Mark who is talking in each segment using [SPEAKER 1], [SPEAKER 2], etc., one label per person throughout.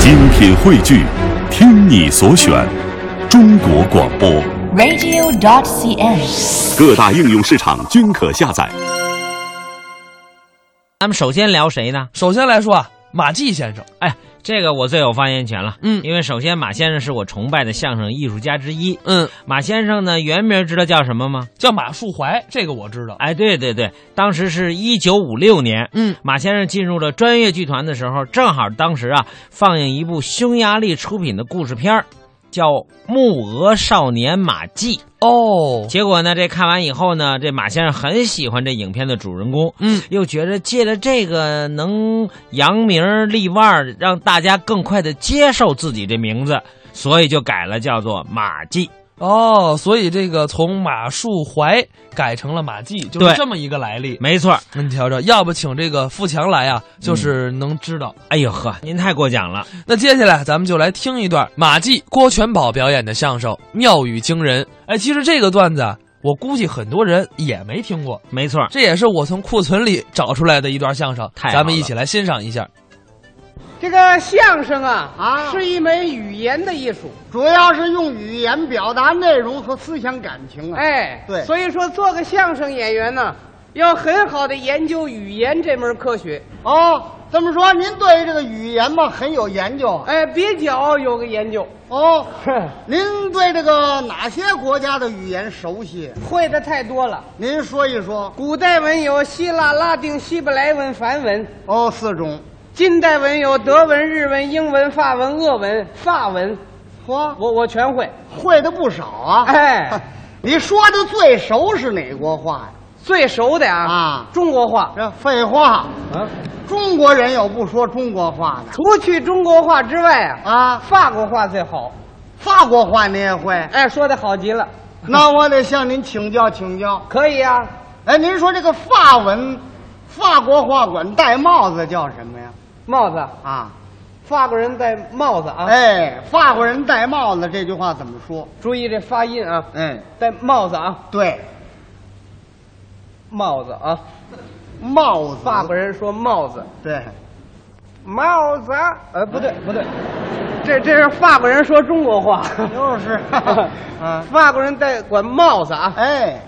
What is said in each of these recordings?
[SPEAKER 1] 精品汇聚，听你所选，中国广播。
[SPEAKER 2] radio.cn。
[SPEAKER 1] 各大应用市场均可下载。
[SPEAKER 3] 咱们首先聊谁呢？
[SPEAKER 4] 首先来说啊，马季先生，
[SPEAKER 3] 哎，这个我最有发言权了。
[SPEAKER 4] 嗯
[SPEAKER 3] 因为首先马先生是我崇拜的相声艺术家之一。
[SPEAKER 4] 嗯，
[SPEAKER 3] 马先生呢，原名知道叫什么吗？
[SPEAKER 4] 叫马树怀，这个我知道。
[SPEAKER 3] 哎，对对对，当时是一九五六年，
[SPEAKER 4] 嗯，
[SPEAKER 3] 马先生进入了专业剧团的时候，正好当时啊放映一部匈牙利出品的故事片儿叫《木鹅少年马季》。
[SPEAKER 4] 哦，
[SPEAKER 3] 结果呢，这看完以后呢，这马先生很喜欢这影片的主人公，
[SPEAKER 4] 嗯，
[SPEAKER 3] 又觉得借着这个能扬名立万，让大家更快的接受自己这名字，所以就改了叫做马季。
[SPEAKER 4] 哦，所以这个从马树怀改成了马季，就是
[SPEAKER 3] 对
[SPEAKER 4] 这么一个来历。
[SPEAKER 3] 没错儿，
[SPEAKER 4] 你瞧瞧，要不请这个富强来啊，就是能知道。
[SPEAKER 3] 哎呦呵，您太过奖了。
[SPEAKER 4] 那接下来咱们就来听一段马季郭全宝表演的相声《妙语惊人》。哎，其实这个段子啊，我估计很多人也没听过，
[SPEAKER 3] 没错儿，
[SPEAKER 4] 这也是我从库存里找出来的一段相声，
[SPEAKER 3] 太好
[SPEAKER 4] 咱们一
[SPEAKER 3] 了
[SPEAKER 4] 起来欣赏一下。
[SPEAKER 5] 这个相声啊
[SPEAKER 6] 啊
[SPEAKER 5] 是一门语言的艺术。
[SPEAKER 6] 主要是用语言表达内容和思想感情啊。，
[SPEAKER 5] 哎，
[SPEAKER 6] 对
[SPEAKER 5] 所以说做个相声演员呢，要很好的研究语言这门科学。
[SPEAKER 6] 哦，这么说您对这个语言嘛很有研究啊？
[SPEAKER 5] 哎，比较有个研究，
[SPEAKER 6] 哦，您对这个哪些国家的语言熟悉？
[SPEAKER 5] 会的太多了。
[SPEAKER 6] 您说一说。
[SPEAKER 5] 古代文有希腊、拉丁、希伯来文、梵文；
[SPEAKER 6] 哦，四种。
[SPEAKER 5] 近代文有德文、日文、英文、法文、俄文、法文，
[SPEAKER 6] 嚯，
[SPEAKER 5] 我我全会。
[SPEAKER 6] 会的不少啊。
[SPEAKER 5] 哎，
[SPEAKER 6] 你说的最熟是哪国话呀？
[SPEAKER 5] 最熟的啊，
[SPEAKER 6] 啊嗯
[SPEAKER 5] 中国话。
[SPEAKER 6] 这废话，
[SPEAKER 5] 啊，
[SPEAKER 6] 中国人有不说中国话的
[SPEAKER 5] 除去中国话之外啊，
[SPEAKER 6] 啊。
[SPEAKER 5] 法国话最好。
[SPEAKER 6] 法国话您也会？
[SPEAKER 5] 哎，说的好极了，
[SPEAKER 6] 那我得向您请教请教。
[SPEAKER 5] 可以啊呀、
[SPEAKER 6] 哎，您说这个法文，法国话管戴帽子叫什么呀？
[SPEAKER 5] 帽子。
[SPEAKER 6] 啊，
[SPEAKER 5] 法国人戴帽子啊，
[SPEAKER 6] 哎，法国人戴帽子这句话怎么说？
[SPEAKER 5] 注意这发音啊，
[SPEAKER 6] 哎，
[SPEAKER 5] 戴帽子啊，
[SPEAKER 6] 对，
[SPEAKER 5] 帽子啊，
[SPEAKER 6] 帽子，
[SPEAKER 5] 法国人说帽子，
[SPEAKER 6] 对，
[SPEAKER 5] 帽子，呃，不对不对，这这是法国人说中国话，
[SPEAKER 6] 就是，啊，
[SPEAKER 5] 法国人戴管帽子啊，
[SPEAKER 6] 哎，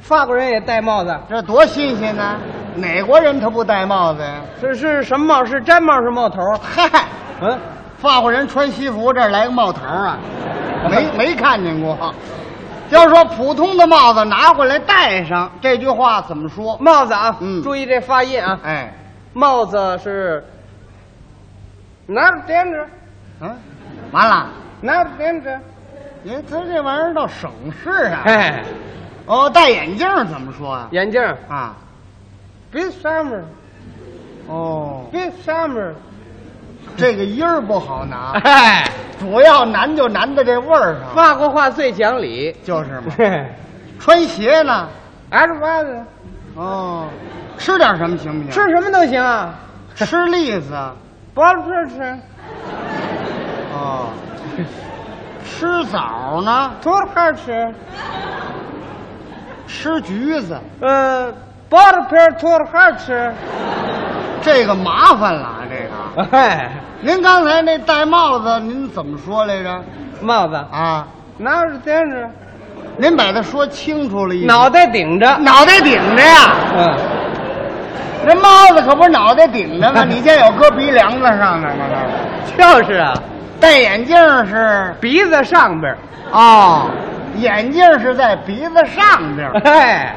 [SPEAKER 5] 法国人也戴帽子，啊
[SPEAKER 6] 这多新鲜呢！哪国人他不戴帽子呀？
[SPEAKER 5] 这是什么帽？是毡帽是帽头？
[SPEAKER 6] 嗨，
[SPEAKER 5] 嗯，
[SPEAKER 6] 法国人穿西服，这儿来个帽头啊，
[SPEAKER 5] 嗯
[SPEAKER 6] 没没看见过。要说普通的帽子拿回来戴上，这句话怎么说？
[SPEAKER 5] 帽子啊，
[SPEAKER 6] 嗯
[SPEAKER 5] 注意这发音啊，
[SPEAKER 6] 哎，
[SPEAKER 5] 帽子是拿着剪纸，
[SPEAKER 6] 嗯，完了。
[SPEAKER 5] 拿着剪纸，
[SPEAKER 6] 您这这玩意儿倒省事啊！
[SPEAKER 5] 哎，
[SPEAKER 6] 哦，戴眼镜儿怎么说啊？
[SPEAKER 5] 眼镜
[SPEAKER 6] 啊，
[SPEAKER 5] ，big summer，big
[SPEAKER 6] 哦，
[SPEAKER 5] summer，
[SPEAKER 6] 这个音儿不好拿，
[SPEAKER 5] 哎。
[SPEAKER 6] 主要难就难在这味儿上，
[SPEAKER 5] 法国话最讲理。
[SPEAKER 6] 就是嘛。穿鞋呢，
[SPEAKER 5] L 八的
[SPEAKER 6] 哦，吃点什么行不
[SPEAKER 5] 吃
[SPEAKER 6] 行？
[SPEAKER 5] 什么都行啊，
[SPEAKER 6] 吃吃栗子，
[SPEAKER 5] 不要吃吃，
[SPEAKER 6] 哦，吃枣呢，
[SPEAKER 5] 土哈吃，
[SPEAKER 6] 吃橘子，
[SPEAKER 5] 呃，包子皮儿土哈吃。
[SPEAKER 6] 这个麻烦了啊，这个。
[SPEAKER 5] 哎，
[SPEAKER 6] 您刚才那戴帽子，您怎么说来着？
[SPEAKER 5] 帽子
[SPEAKER 6] 啊，
[SPEAKER 5] 拿着点着，
[SPEAKER 6] 您把它说清楚了一点，
[SPEAKER 5] 脑袋顶着。
[SPEAKER 6] 脑袋顶着呀。
[SPEAKER 5] 嗯，
[SPEAKER 6] 这帽子可不是脑袋顶着吗？你这有搁鼻梁子上的吗？
[SPEAKER 5] 就是啊，
[SPEAKER 6] 戴眼镜是
[SPEAKER 5] 鼻子上边儿。
[SPEAKER 6] 哦，眼镜是在鼻子上边 儿，
[SPEAKER 5] 哎，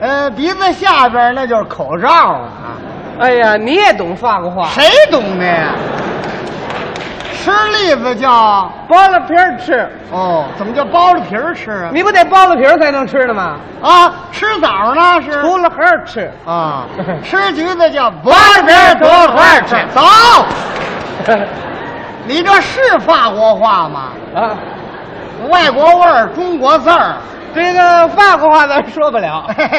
[SPEAKER 6] 呃，鼻子下边儿那就是口罩啊。
[SPEAKER 5] 哎呀，你也懂法国话，
[SPEAKER 6] 谁懂的呀？吃栗子叫
[SPEAKER 5] 包了皮儿吃，
[SPEAKER 6] 哦，怎么叫剥了皮儿吃啊？
[SPEAKER 5] 你不得包了皮儿才能吃的吗？
[SPEAKER 6] 啊，吃枣呢是
[SPEAKER 5] 除了哈儿吃，
[SPEAKER 6] 啊，吃橘子叫剥了皮儿剥块吃。走， 你这是法国话吗？
[SPEAKER 5] 啊，
[SPEAKER 6] 外国味儿，中国字儿。
[SPEAKER 5] 这个法国话咱说不了。
[SPEAKER 6] 嘿嘿，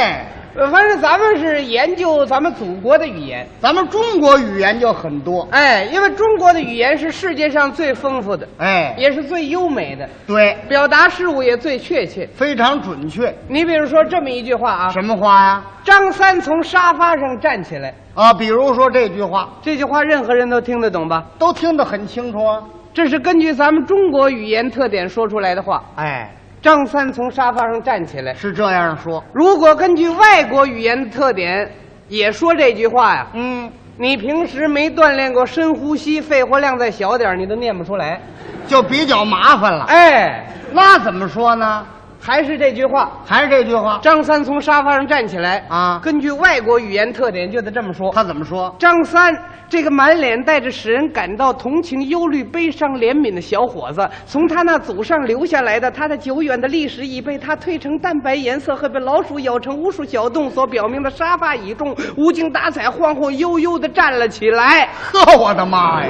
[SPEAKER 5] 呃反正咱们是研究咱们祖国的语言，
[SPEAKER 6] 咱们中国语言就很多，
[SPEAKER 5] 哎，因为中国的语言是世界上最丰富的，
[SPEAKER 6] 哎，
[SPEAKER 5] 也是最优美的，
[SPEAKER 6] 对，
[SPEAKER 5] 表达事物也最确切。
[SPEAKER 6] 非常准确。
[SPEAKER 5] 你比如说这么一句话啊，
[SPEAKER 6] 什么话呀？
[SPEAKER 5] 张三从沙发上站起来，
[SPEAKER 6] 啊，比如说这句话，
[SPEAKER 5] 这句话任何人都听得懂吧？
[SPEAKER 6] 都听得很清楚啊。
[SPEAKER 5] 这是根据咱们中国语言特点说出来的话。
[SPEAKER 6] 哎，
[SPEAKER 5] 张三从沙发上站起来，
[SPEAKER 6] 是这样说。
[SPEAKER 5] 如果根据外国语言的特点也说这句话呀，
[SPEAKER 6] 嗯，
[SPEAKER 5] 你平时没锻炼过深呼吸，肺活量再小点儿，你都念不出来。
[SPEAKER 6] 就比较麻烦了。
[SPEAKER 5] 哎，
[SPEAKER 6] 那怎么说呢？
[SPEAKER 5] 还是这句话，
[SPEAKER 6] 还是这句话，
[SPEAKER 5] 张三从沙发上站起来
[SPEAKER 6] 啊
[SPEAKER 5] 根据外国语言特点就得这么说。
[SPEAKER 6] 他怎么说？
[SPEAKER 5] 张三这个满脸带着使人感到同情、忧虑、悲伤、怜悯的小伙子，从他那祖上留下来的他的久远的历史，已被他褪成淡白颜色和被老鼠咬成无数小洞所表明的沙发椅中，无精打采、晃晃悠悠地站了起来。
[SPEAKER 6] 呵，我的妈呀！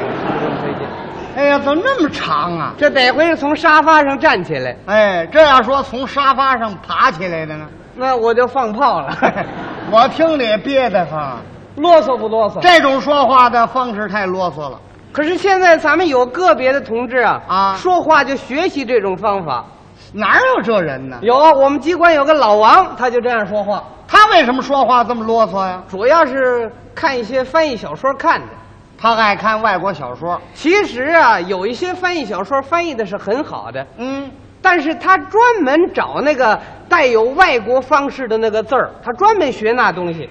[SPEAKER 6] 哎呀，怎么那么长啊？
[SPEAKER 5] 这得回是从沙发上站起来，
[SPEAKER 6] 哎，这要说从沙发上爬起 来的呢，
[SPEAKER 5] 那我就放炮了。
[SPEAKER 6] 我听着也憋得慌。
[SPEAKER 5] 啰嗦不啰嗦？
[SPEAKER 6] 这种说话的方式太啰嗦了。
[SPEAKER 5] 可是现在咱们有个别的同志啊，
[SPEAKER 6] 啊
[SPEAKER 5] 说话就学习这种方法。
[SPEAKER 6] 哪有这人呢？
[SPEAKER 5] 有我们机关有个老王，他就这样说话。
[SPEAKER 6] 他为什么说话这么啰嗦呀？
[SPEAKER 5] 主要是看一些翻译小说看的。
[SPEAKER 6] 他爱看外国小说。
[SPEAKER 5] 其实啊，有一些翻译小说翻译的是很好的，
[SPEAKER 6] 嗯，
[SPEAKER 5] 但是他专门找那个带有外国方式的那个字儿，他专门学那东西。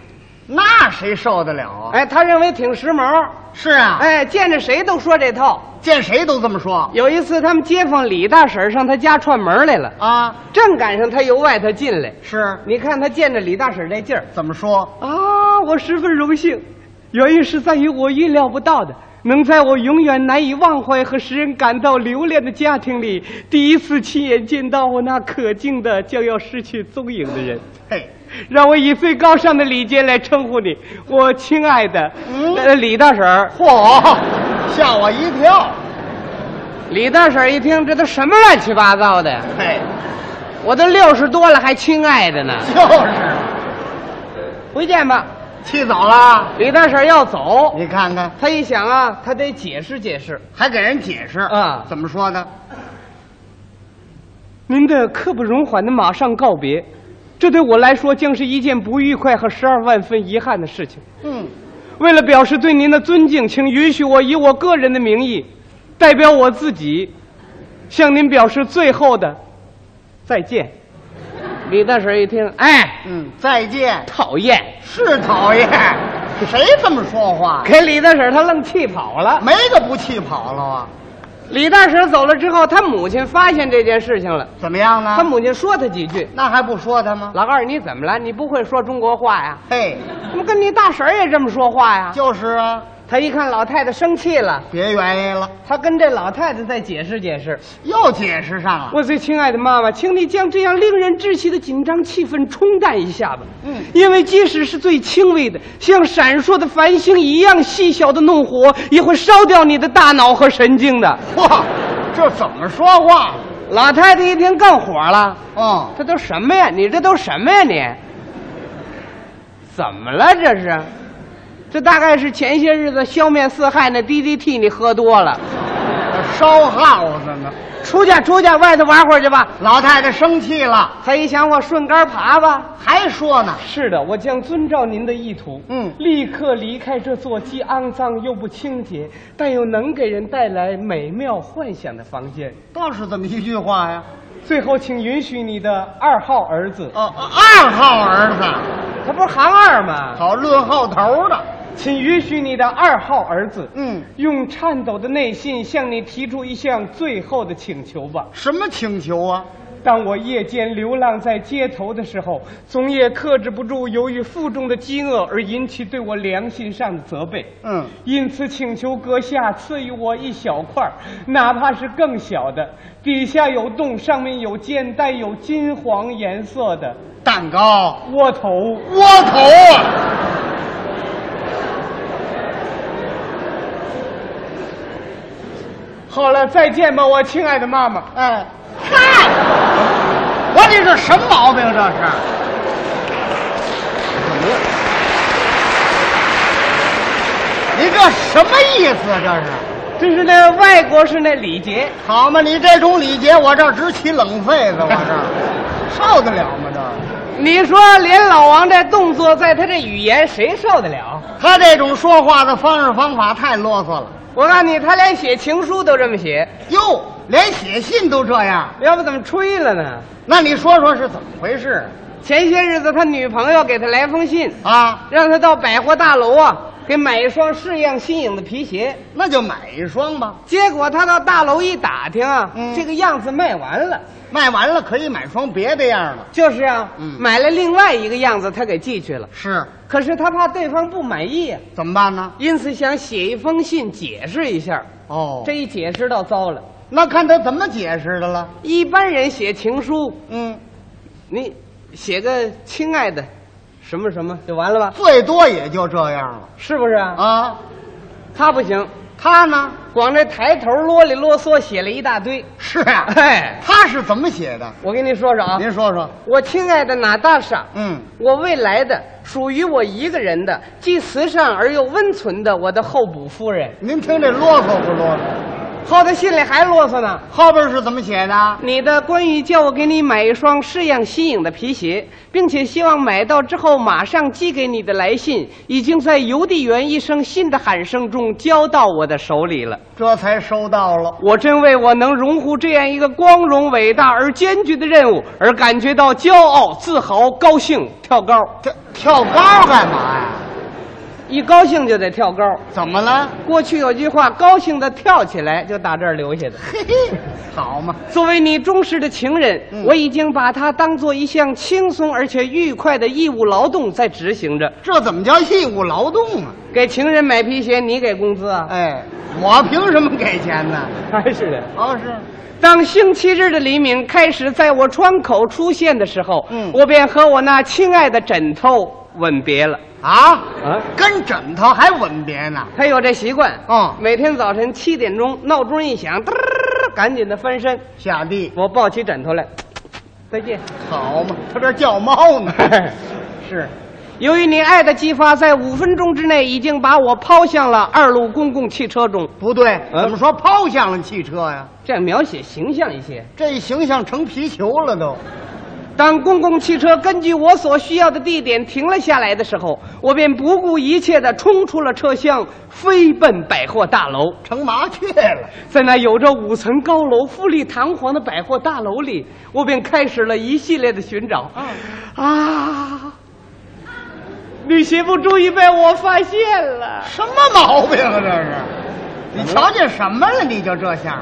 [SPEAKER 6] 那谁受得了啊？
[SPEAKER 5] 哎，他认为挺时髦，
[SPEAKER 6] 是啊，
[SPEAKER 5] 哎，见着谁都说这套。
[SPEAKER 6] 见谁都这么说
[SPEAKER 5] 有一次，他们街坊李大婶儿上他家串门来了，
[SPEAKER 6] 啊。
[SPEAKER 5] 正赶上他由外头进来，
[SPEAKER 6] 是
[SPEAKER 5] 你看他见着李大婶儿这劲儿，
[SPEAKER 6] 怎么说？
[SPEAKER 5] 啊，我十分荣幸，原因是在于我意料不到的，能在我永远难以忘怀和使人感到留恋的家庭里，第一次亲眼见到我那可敬的将要失去踪影的人。
[SPEAKER 6] 嘿，
[SPEAKER 5] 让我以最高尚的礼节来称呼你，我亲爱的，
[SPEAKER 6] 嗯
[SPEAKER 5] 呃李大婶儿。
[SPEAKER 6] 嚯，吓我一跳！
[SPEAKER 5] 李大婶儿一听，这都什么乱七八糟的呀？
[SPEAKER 6] 嘿，
[SPEAKER 5] 我都六十多了，还亲爱的呢。
[SPEAKER 6] 就是
[SPEAKER 5] 回见吧。
[SPEAKER 6] 起早啦。
[SPEAKER 5] 李大婶儿要走，
[SPEAKER 6] 你看看，
[SPEAKER 5] 她一想啊，她得解释解释。
[SPEAKER 6] 还给人解释
[SPEAKER 5] 啊
[SPEAKER 6] 怎么说呢？
[SPEAKER 5] 您的刻不容缓的马上告别，这对我来说将是一件不愉快和十二万分遗憾的事情。
[SPEAKER 6] 嗯，
[SPEAKER 5] 为了表示对您的尊敬，请允许我以我个人的名义，代表我自己，向您表示最后的再见。李大婶一听，哎，
[SPEAKER 6] 嗯，再见。
[SPEAKER 5] 讨厌！
[SPEAKER 6] 是讨厌，谁这么说话？
[SPEAKER 5] 给李大婶她愣气跑了。
[SPEAKER 6] 没个不气跑了啊？
[SPEAKER 5] 李大婶走了之后，她母亲发现这件事情了，
[SPEAKER 6] 怎么样呢？
[SPEAKER 5] 她母亲说她几句
[SPEAKER 6] 那还不说他：“吗？
[SPEAKER 5] 老二，你怎么了？你不会说中国话呀？
[SPEAKER 6] 嘿，
[SPEAKER 5] 怎么跟你大婶儿也这么说话呀？”
[SPEAKER 6] 就是啊，
[SPEAKER 5] 他一看老太太生气了，
[SPEAKER 6] 别原因了，
[SPEAKER 5] 他跟这老太太再解释解释。
[SPEAKER 6] 又解释上了。
[SPEAKER 5] 我最亲爱的妈妈，请你将这样令人窒息的紧张气氛冲淡一下吧。
[SPEAKER 6] 嗯
[SPEAKER 5] 因为即使是最轻微的，像闪烁的繁星一样细小的怒火，也会烧掉你的大脑和神经的。
[SPEAKER 6] 哇，这怎么说话？
[SPEAKER 5] 老太太一听更火了，
[SPEAKER 6] 哦，
[SPEAKER 5] 这都什么呀？你这都什么呀？你怎么了？这是，这大概是前些日子消灭四害那 DDT 你喝多了。
[SPEAKER 6] 烧耗子呢？
[SPEAKER 5] 出去出去，外头玩会儿去吧。
[SPEAKER 6] 老太太生气了，
[SPEAKER 5] 他一想，我顺杆爬吧。
[SPEAKER 6] 还说呢？
[SPEAKER 5] 是的，我将遵照您的意图，
[SPEAKER 6] 嗯
[SPEAKER 5] 立刻离开这座既肮脏又不清洁，但又能给人带来美妙幻想的房间。
[SPEAKER 6] 倒是这么一句话呀。
[SPEAKER 5] 最后，请允许你的二号儿子，
[SPEAKER 6] 哦，二号儿子，
[SPEAKER 5] 他不是行二吗？
[SPEAKER 6] 好论后头的。
[SPEAKER 5] 请允许你的二号儿子，
[SPEAKER 6] 嗯，
[SPEAKER 5] 用颤抖的内心向你提出一项最后的请求吧。
[SPEAKER 6] 什么请求啊？
[SPEAKER 5] 当我夜间流浪在街头的时候，总也克制不住由于腹中的饥饿而引起对我良心上的责备。
[SPEAKER 6] 嗯，
[SPEAKER 5] 因此，请求阁下赐予我一小块儿，哪怕是更小的，底下有洞，上面有尖，带有金黄颜色的
[SPEAKER 6] 蛋糕。
[SPEAKER 5] 窝头。
[SPEAKER 6] 窝头啊！
[SPEAKER 5] 好了，再见吧，我亲爱的妈妈。
[SPEAKER 6] 哎，嗨，我这是什么毛病？这是。你这什么意思？这是？
[SPEAKER 5] 这是那外国是那礼节，
[SPEAKER 6] 好嘛，你这种礼节，我这儿直起冷痱子，我这儿受得了吗？这儿
[SPEAKER 5] 你说连老王这动作，在他这语言谁受得了？
[SPEAKER 6] 他这种说话的方式方法太啰嗦了，
[SPEAKER 5] 我告诉你，他连写情书都这么写，
[SPEAKER 6] 哟，连写信都这样，
[SPEAKER 5] 要不怎么吹了呢？
[SPEAKER 6] 那你说说是怎么回事
[SPEAKER 5] 前些日子他女朋友给他来封信，
[SPEAKER 6] 啊？
[SPEAKER 5] 让他到百货大楼啊给买一双式样新颖的皮鞋。
[SPEAKER 6] 那就买一双吧，
[SPEAKER 5] 结果他到大楼一打听啊，
[SPEAKER 6] 嗯
[SPEAKER 5] 这个样子卖完了。
[SPEAKER 6] 卖完了可以买双别的样的。
[SPEAKER 5] 就是啊，
[SPEAKER 6] 嗯
[SPEAKER 5] 买了另外一个样子，他给寄去了。
[SPEAKER 6] 是，
[SPEAKER 5] 可是他怕对方不满意啊，
[SPEAKER 6] 怎么办呢？
[SPEAKER 5] 因此想写一封信解释一下。
[SPEAKER 6] 哦，
[SPEAKER 5] 这一解释倒糟了，
[SPEAKER 6] 那看他怎么解释的了。
[SPEAKER 5] 一般人写情书，
[SPEAKER 6] 嗯，
[SPEAKER 5] 你写个“亲爱的”，什么什么就完了吧？
[SPEAKER 6] 最多也就这样了
[SPEAKER 5] 是不是啊？
[SPEAKER 6] 啊。
[SPEAKER 5] 他不行，
[SPEAKER 6] 他呢？
[SPEAKER 5] 光这抬头啰里啰嗦写了一大堆。
[SPEAKER 6] 是啊，
[SPEAKER 5] 哎
[SPEAKER 6] 他是怎么写的？
[SPEAKER 5] 我跟你说说啊，
[SPEAKER 6] 您说说。
[SPEAKER 5] 我亲爱的哪大傻，
[SPEAKER 6] 嗯，
[SPEAKER 5] 我未来的属于我一个人的，既慈善而又温存的我的候补夫人。
[SPEAKER 6] 您听这啰嗦不啰嗦？
[SPEAKER 5] 后头信里还啰嗦呢。
[SPEAKER 6] 后边是怎么写的？
[SPEAKER 5] 你的关于叫我给你买一双式样新颖的皮鞋，并且希望买到之后马上寄给你的来信，已经在邮递员一声信的喊声中交到我的手里了。
[SPEAKER 6] 这才收到了。
[SPEAKER 5] 我真为我能荣获这样一个光荣、伟大而艰巨的任务而感觉到骄傲、自豪、高兴、跳高。
[SPEAKER 6] 这跳高干嘛呀？
[SPEAKER 5] 一高兴就得跳高。
[SPEAKER 6] 怎么了？
[SPEAKER 5] 过去有句话，高兴的跳起来，就打这儿留下的。
[SPEAKER 6] 嘿嘿，好嘛，
[SPEAKER 5] 作为你忠实的情人，
[SPEAKER 6] 嗯
[SPEAKER 5] 我已经把它当做一项轻松而且愉快的义务劳动在执行着。
[SPEAKER 6] 这怎么叫义务劳动啊？
[SPEAKER 5] 给情人买皮鞋，你给工资啊？
[SPEAKER 6] 哎，我凭什么给钱呢？
[SPEAKER 5] 还是的。
[SPEAKER 6] 哦，是，
[SPEAKER 5] 当星期日的黎明开始在我窗口出现的时候，
[SPEAKER 6] 嗯
[SPEAKER 5] 我便和我那亲爱的枕头吻别了。
[SPEAKER 6] 啊
[SPEAKER 5] 啊
[SPEAKER 6] 跟枕头还吻别呢？
[SPEAKER 5] 他有这习惯，
[SPEAKER 6] 哦
[SPEAKER 5] 每天早晨七点钟闹钟一响，嘚儿赶紧的翻身，
[SPEAKER 6] 下地，
[SPEAKER 5] 我抱起枕头来，再见。
[SPEAKER 6] 好嘛，他这叫猫呢。是，
[SPEAKER 5] 由于你爱的激发，在五分钟之内已经把我抛向了二路公共汽车中。
[SPEAKER 6] 不对，
[SPEAKER 5] 嗯
[SPEAKER 6] 怎么说抛向了汽车呀？
[SPEAKER 5] 这样描写形象一些。
[SPEAKER 6] 这形象成皮球了都。
[SPEAKER 5] 当公共汽车根据我所需要的地点停了下来的时候，我便不顾一切地冲出了车厢，飞奔百货大楼。
[SPEAKER 6] 成麻雀了。
[SPEAKER 5] 在那有着五层高楼、富丽堂皇的百货大楼里，我便开始了一系列的寻找。啊，你鞋不注意被我发现了，
[SPEAKER 6] 什么毛病啊这是？你瞧见什么了？你就这样，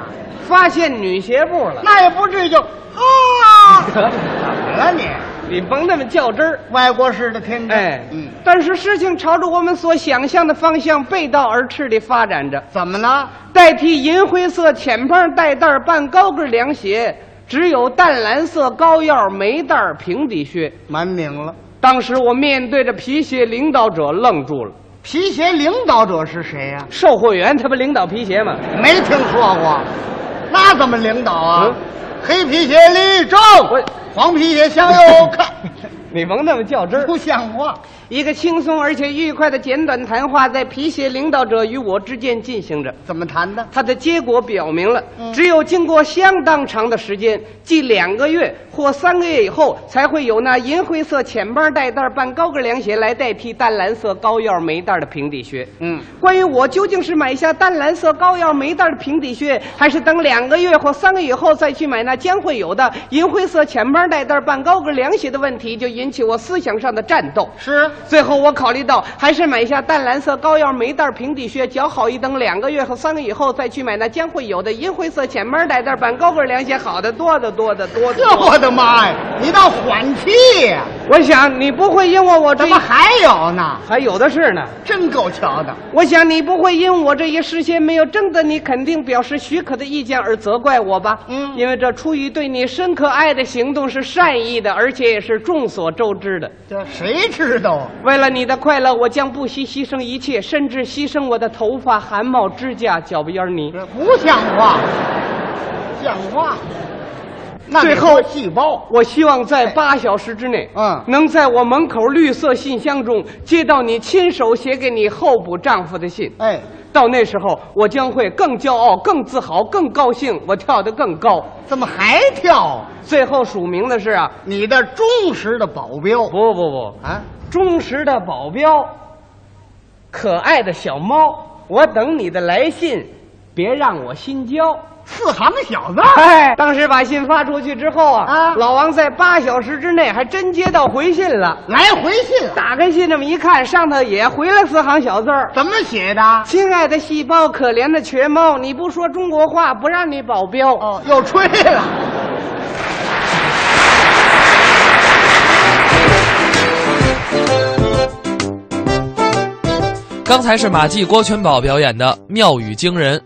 [SPEAKER 5] 发现女鞋部了。
[SPEAKER 6] 那也不至于就啊， 怎么了你？
[SPEAKER 5] 你甭那么较真儿。
[SPEAKER 6] 外国式的天真，
[SPEAKER 5] 哎，
[SPEAKER 6] 嗯，
[SPEAKER 5] 但是事情朝着我们所想象的方向背道而驰地发展着。
[SPEAKER 6] 怎么了？
[SPEAKER 5] 代替银灰色浅帮带带儿半高跟凉鞋，只有淡蓝色高腰没带儿平底靴。
[SPEAKER 6] 满拧了。
[SPEAKER 5] 当时我面对着皮鞋领导者愣住了。
[SPEAKER 6] 皮鞋领导者是谁呀、
[SPEAKER 5] 售货员他不领导皮鞋吗？
[SPEAKER 6] 没听说过，那怎么领导啊？
[SPEAKER 5] 嗯
[SPEAKER 6] 黑皮鞋立正
[SPEAKER 5] 我，
[SPEAKER 6] 黄皮鞋 向右看，
[SPEAKER 5] 你甭那么较真儿
[SPEAKER 6] 不像话。
[SPEAKER 5] 一个轻松而且愉快的简短谈话在皮鞋领导者与我之间进行着。
[SPEAKER 6] 怎么谈的？
[SPEAKER 5] 它的结果表明了，
[SPEAKER 6] 嗯
[SPEAKER 5] 只有经过相当长的时间，即两个月或三个月以后，才会有那银灰色浅帮带带儿半高跟凉鞋来代替淡蓝色高腰没带儿的平底靴。
[SPEAKER 6] 嗯，
[SPEAKER 5] 关于我究竟是买下淡蓝色高腰没带儿的平底靴，还是等两个月或三个月以后再去买那将会有的银灰色浅帮带带儿半高跟凉鞋的问题，就引起我思想上的战斗。
[SPEAKER 6] 是
[SPEAKER 5] 最后，我考虑到还是买下淡蓝色高腰没带儿平底靴，脚好一等两个月和三个月以后再去买那将会有的银灰色浅帮带带儿版高跟凉鞋，好的多的多的多的
[SPEAKER 6] 这
[SPEAKER 5] 多。
[SPEAKER 6] 我的妈呀！你倒缓气呀、
[SPEAKER 5] 我想你不会因为我这
[SPEAKER 6] 怎
[SPEAKER 5] 一
[SPEAKER 6] 么还有呢？
[SPEAKER 5] 还有的是呢。
[SPEAKER 6] 真够瞧的。
[SPEAKER 5] 我想你不会因为我这一事先没有征得你肯定表示许可的意见而责怪我吧？
[SPEAKER 6] 嗯
[SPEAKER 5] 因为这出于对你深刻爱的行动是善意的，而且也是众所周知的。
[SPEAKER 6] 这谁知道啊？
[SPEAKER 5] 为了你的快乐，我将不惜牺牲一切，甚至牺牲我的头发、汗毛、指甲、脚鼻儿泥。
[SPEAKER 6] 这不像话，像话！那得
[SPEAKER 5] 最后
[SPEAKER 6] 说细胞
[SPEAKER 5] 我希望在八小时之内，
[SPEAKER 6] 哎嗯
[SPEAKER 5] 能在我门口绿色信箱中接到你亲手写给你候补丈夫的信。
[SPEAKER 6] 哎，
[SPEAKER 5] 到那时候，我将会更骄傲、更自豪、更高兴，我跳得更高。
[SPEAKER 6] 怎么还跳？
[SPEAKER 5] 最后署名的是啊，
[SPEAKER 6] 你的忠实的保镖
[SPEAKER 5] 不不不，
[SPEAKER 6] 啊，
[SPEAKER 5] 忠实的保镖，可爱的小猫，我等你的来信，别让我心焦。
[SPEAKER 6] 四行小字儿。
[SPEAKER 5] 哎，当时把信发出去之后啊，
[SPEAKER 6] 啊
[SPEAKER 5] 老王在八小时之内还真接到回信了。
[SPEAKER 6] 来回信
[SPEAKER 5] 打开信这么一看，上头也回了四行小字儿。
[SPEAKER 6] 怎么写的？
[SPEAKER 5] 亲爱的细胞，可怜的瘸猫，你不说中国话，不让你保镖。
[SPEAKER 6] 哦，又吹了。
[SPEAKER 4] 刚才是马季、郭全宝表演的《妙语惊人》，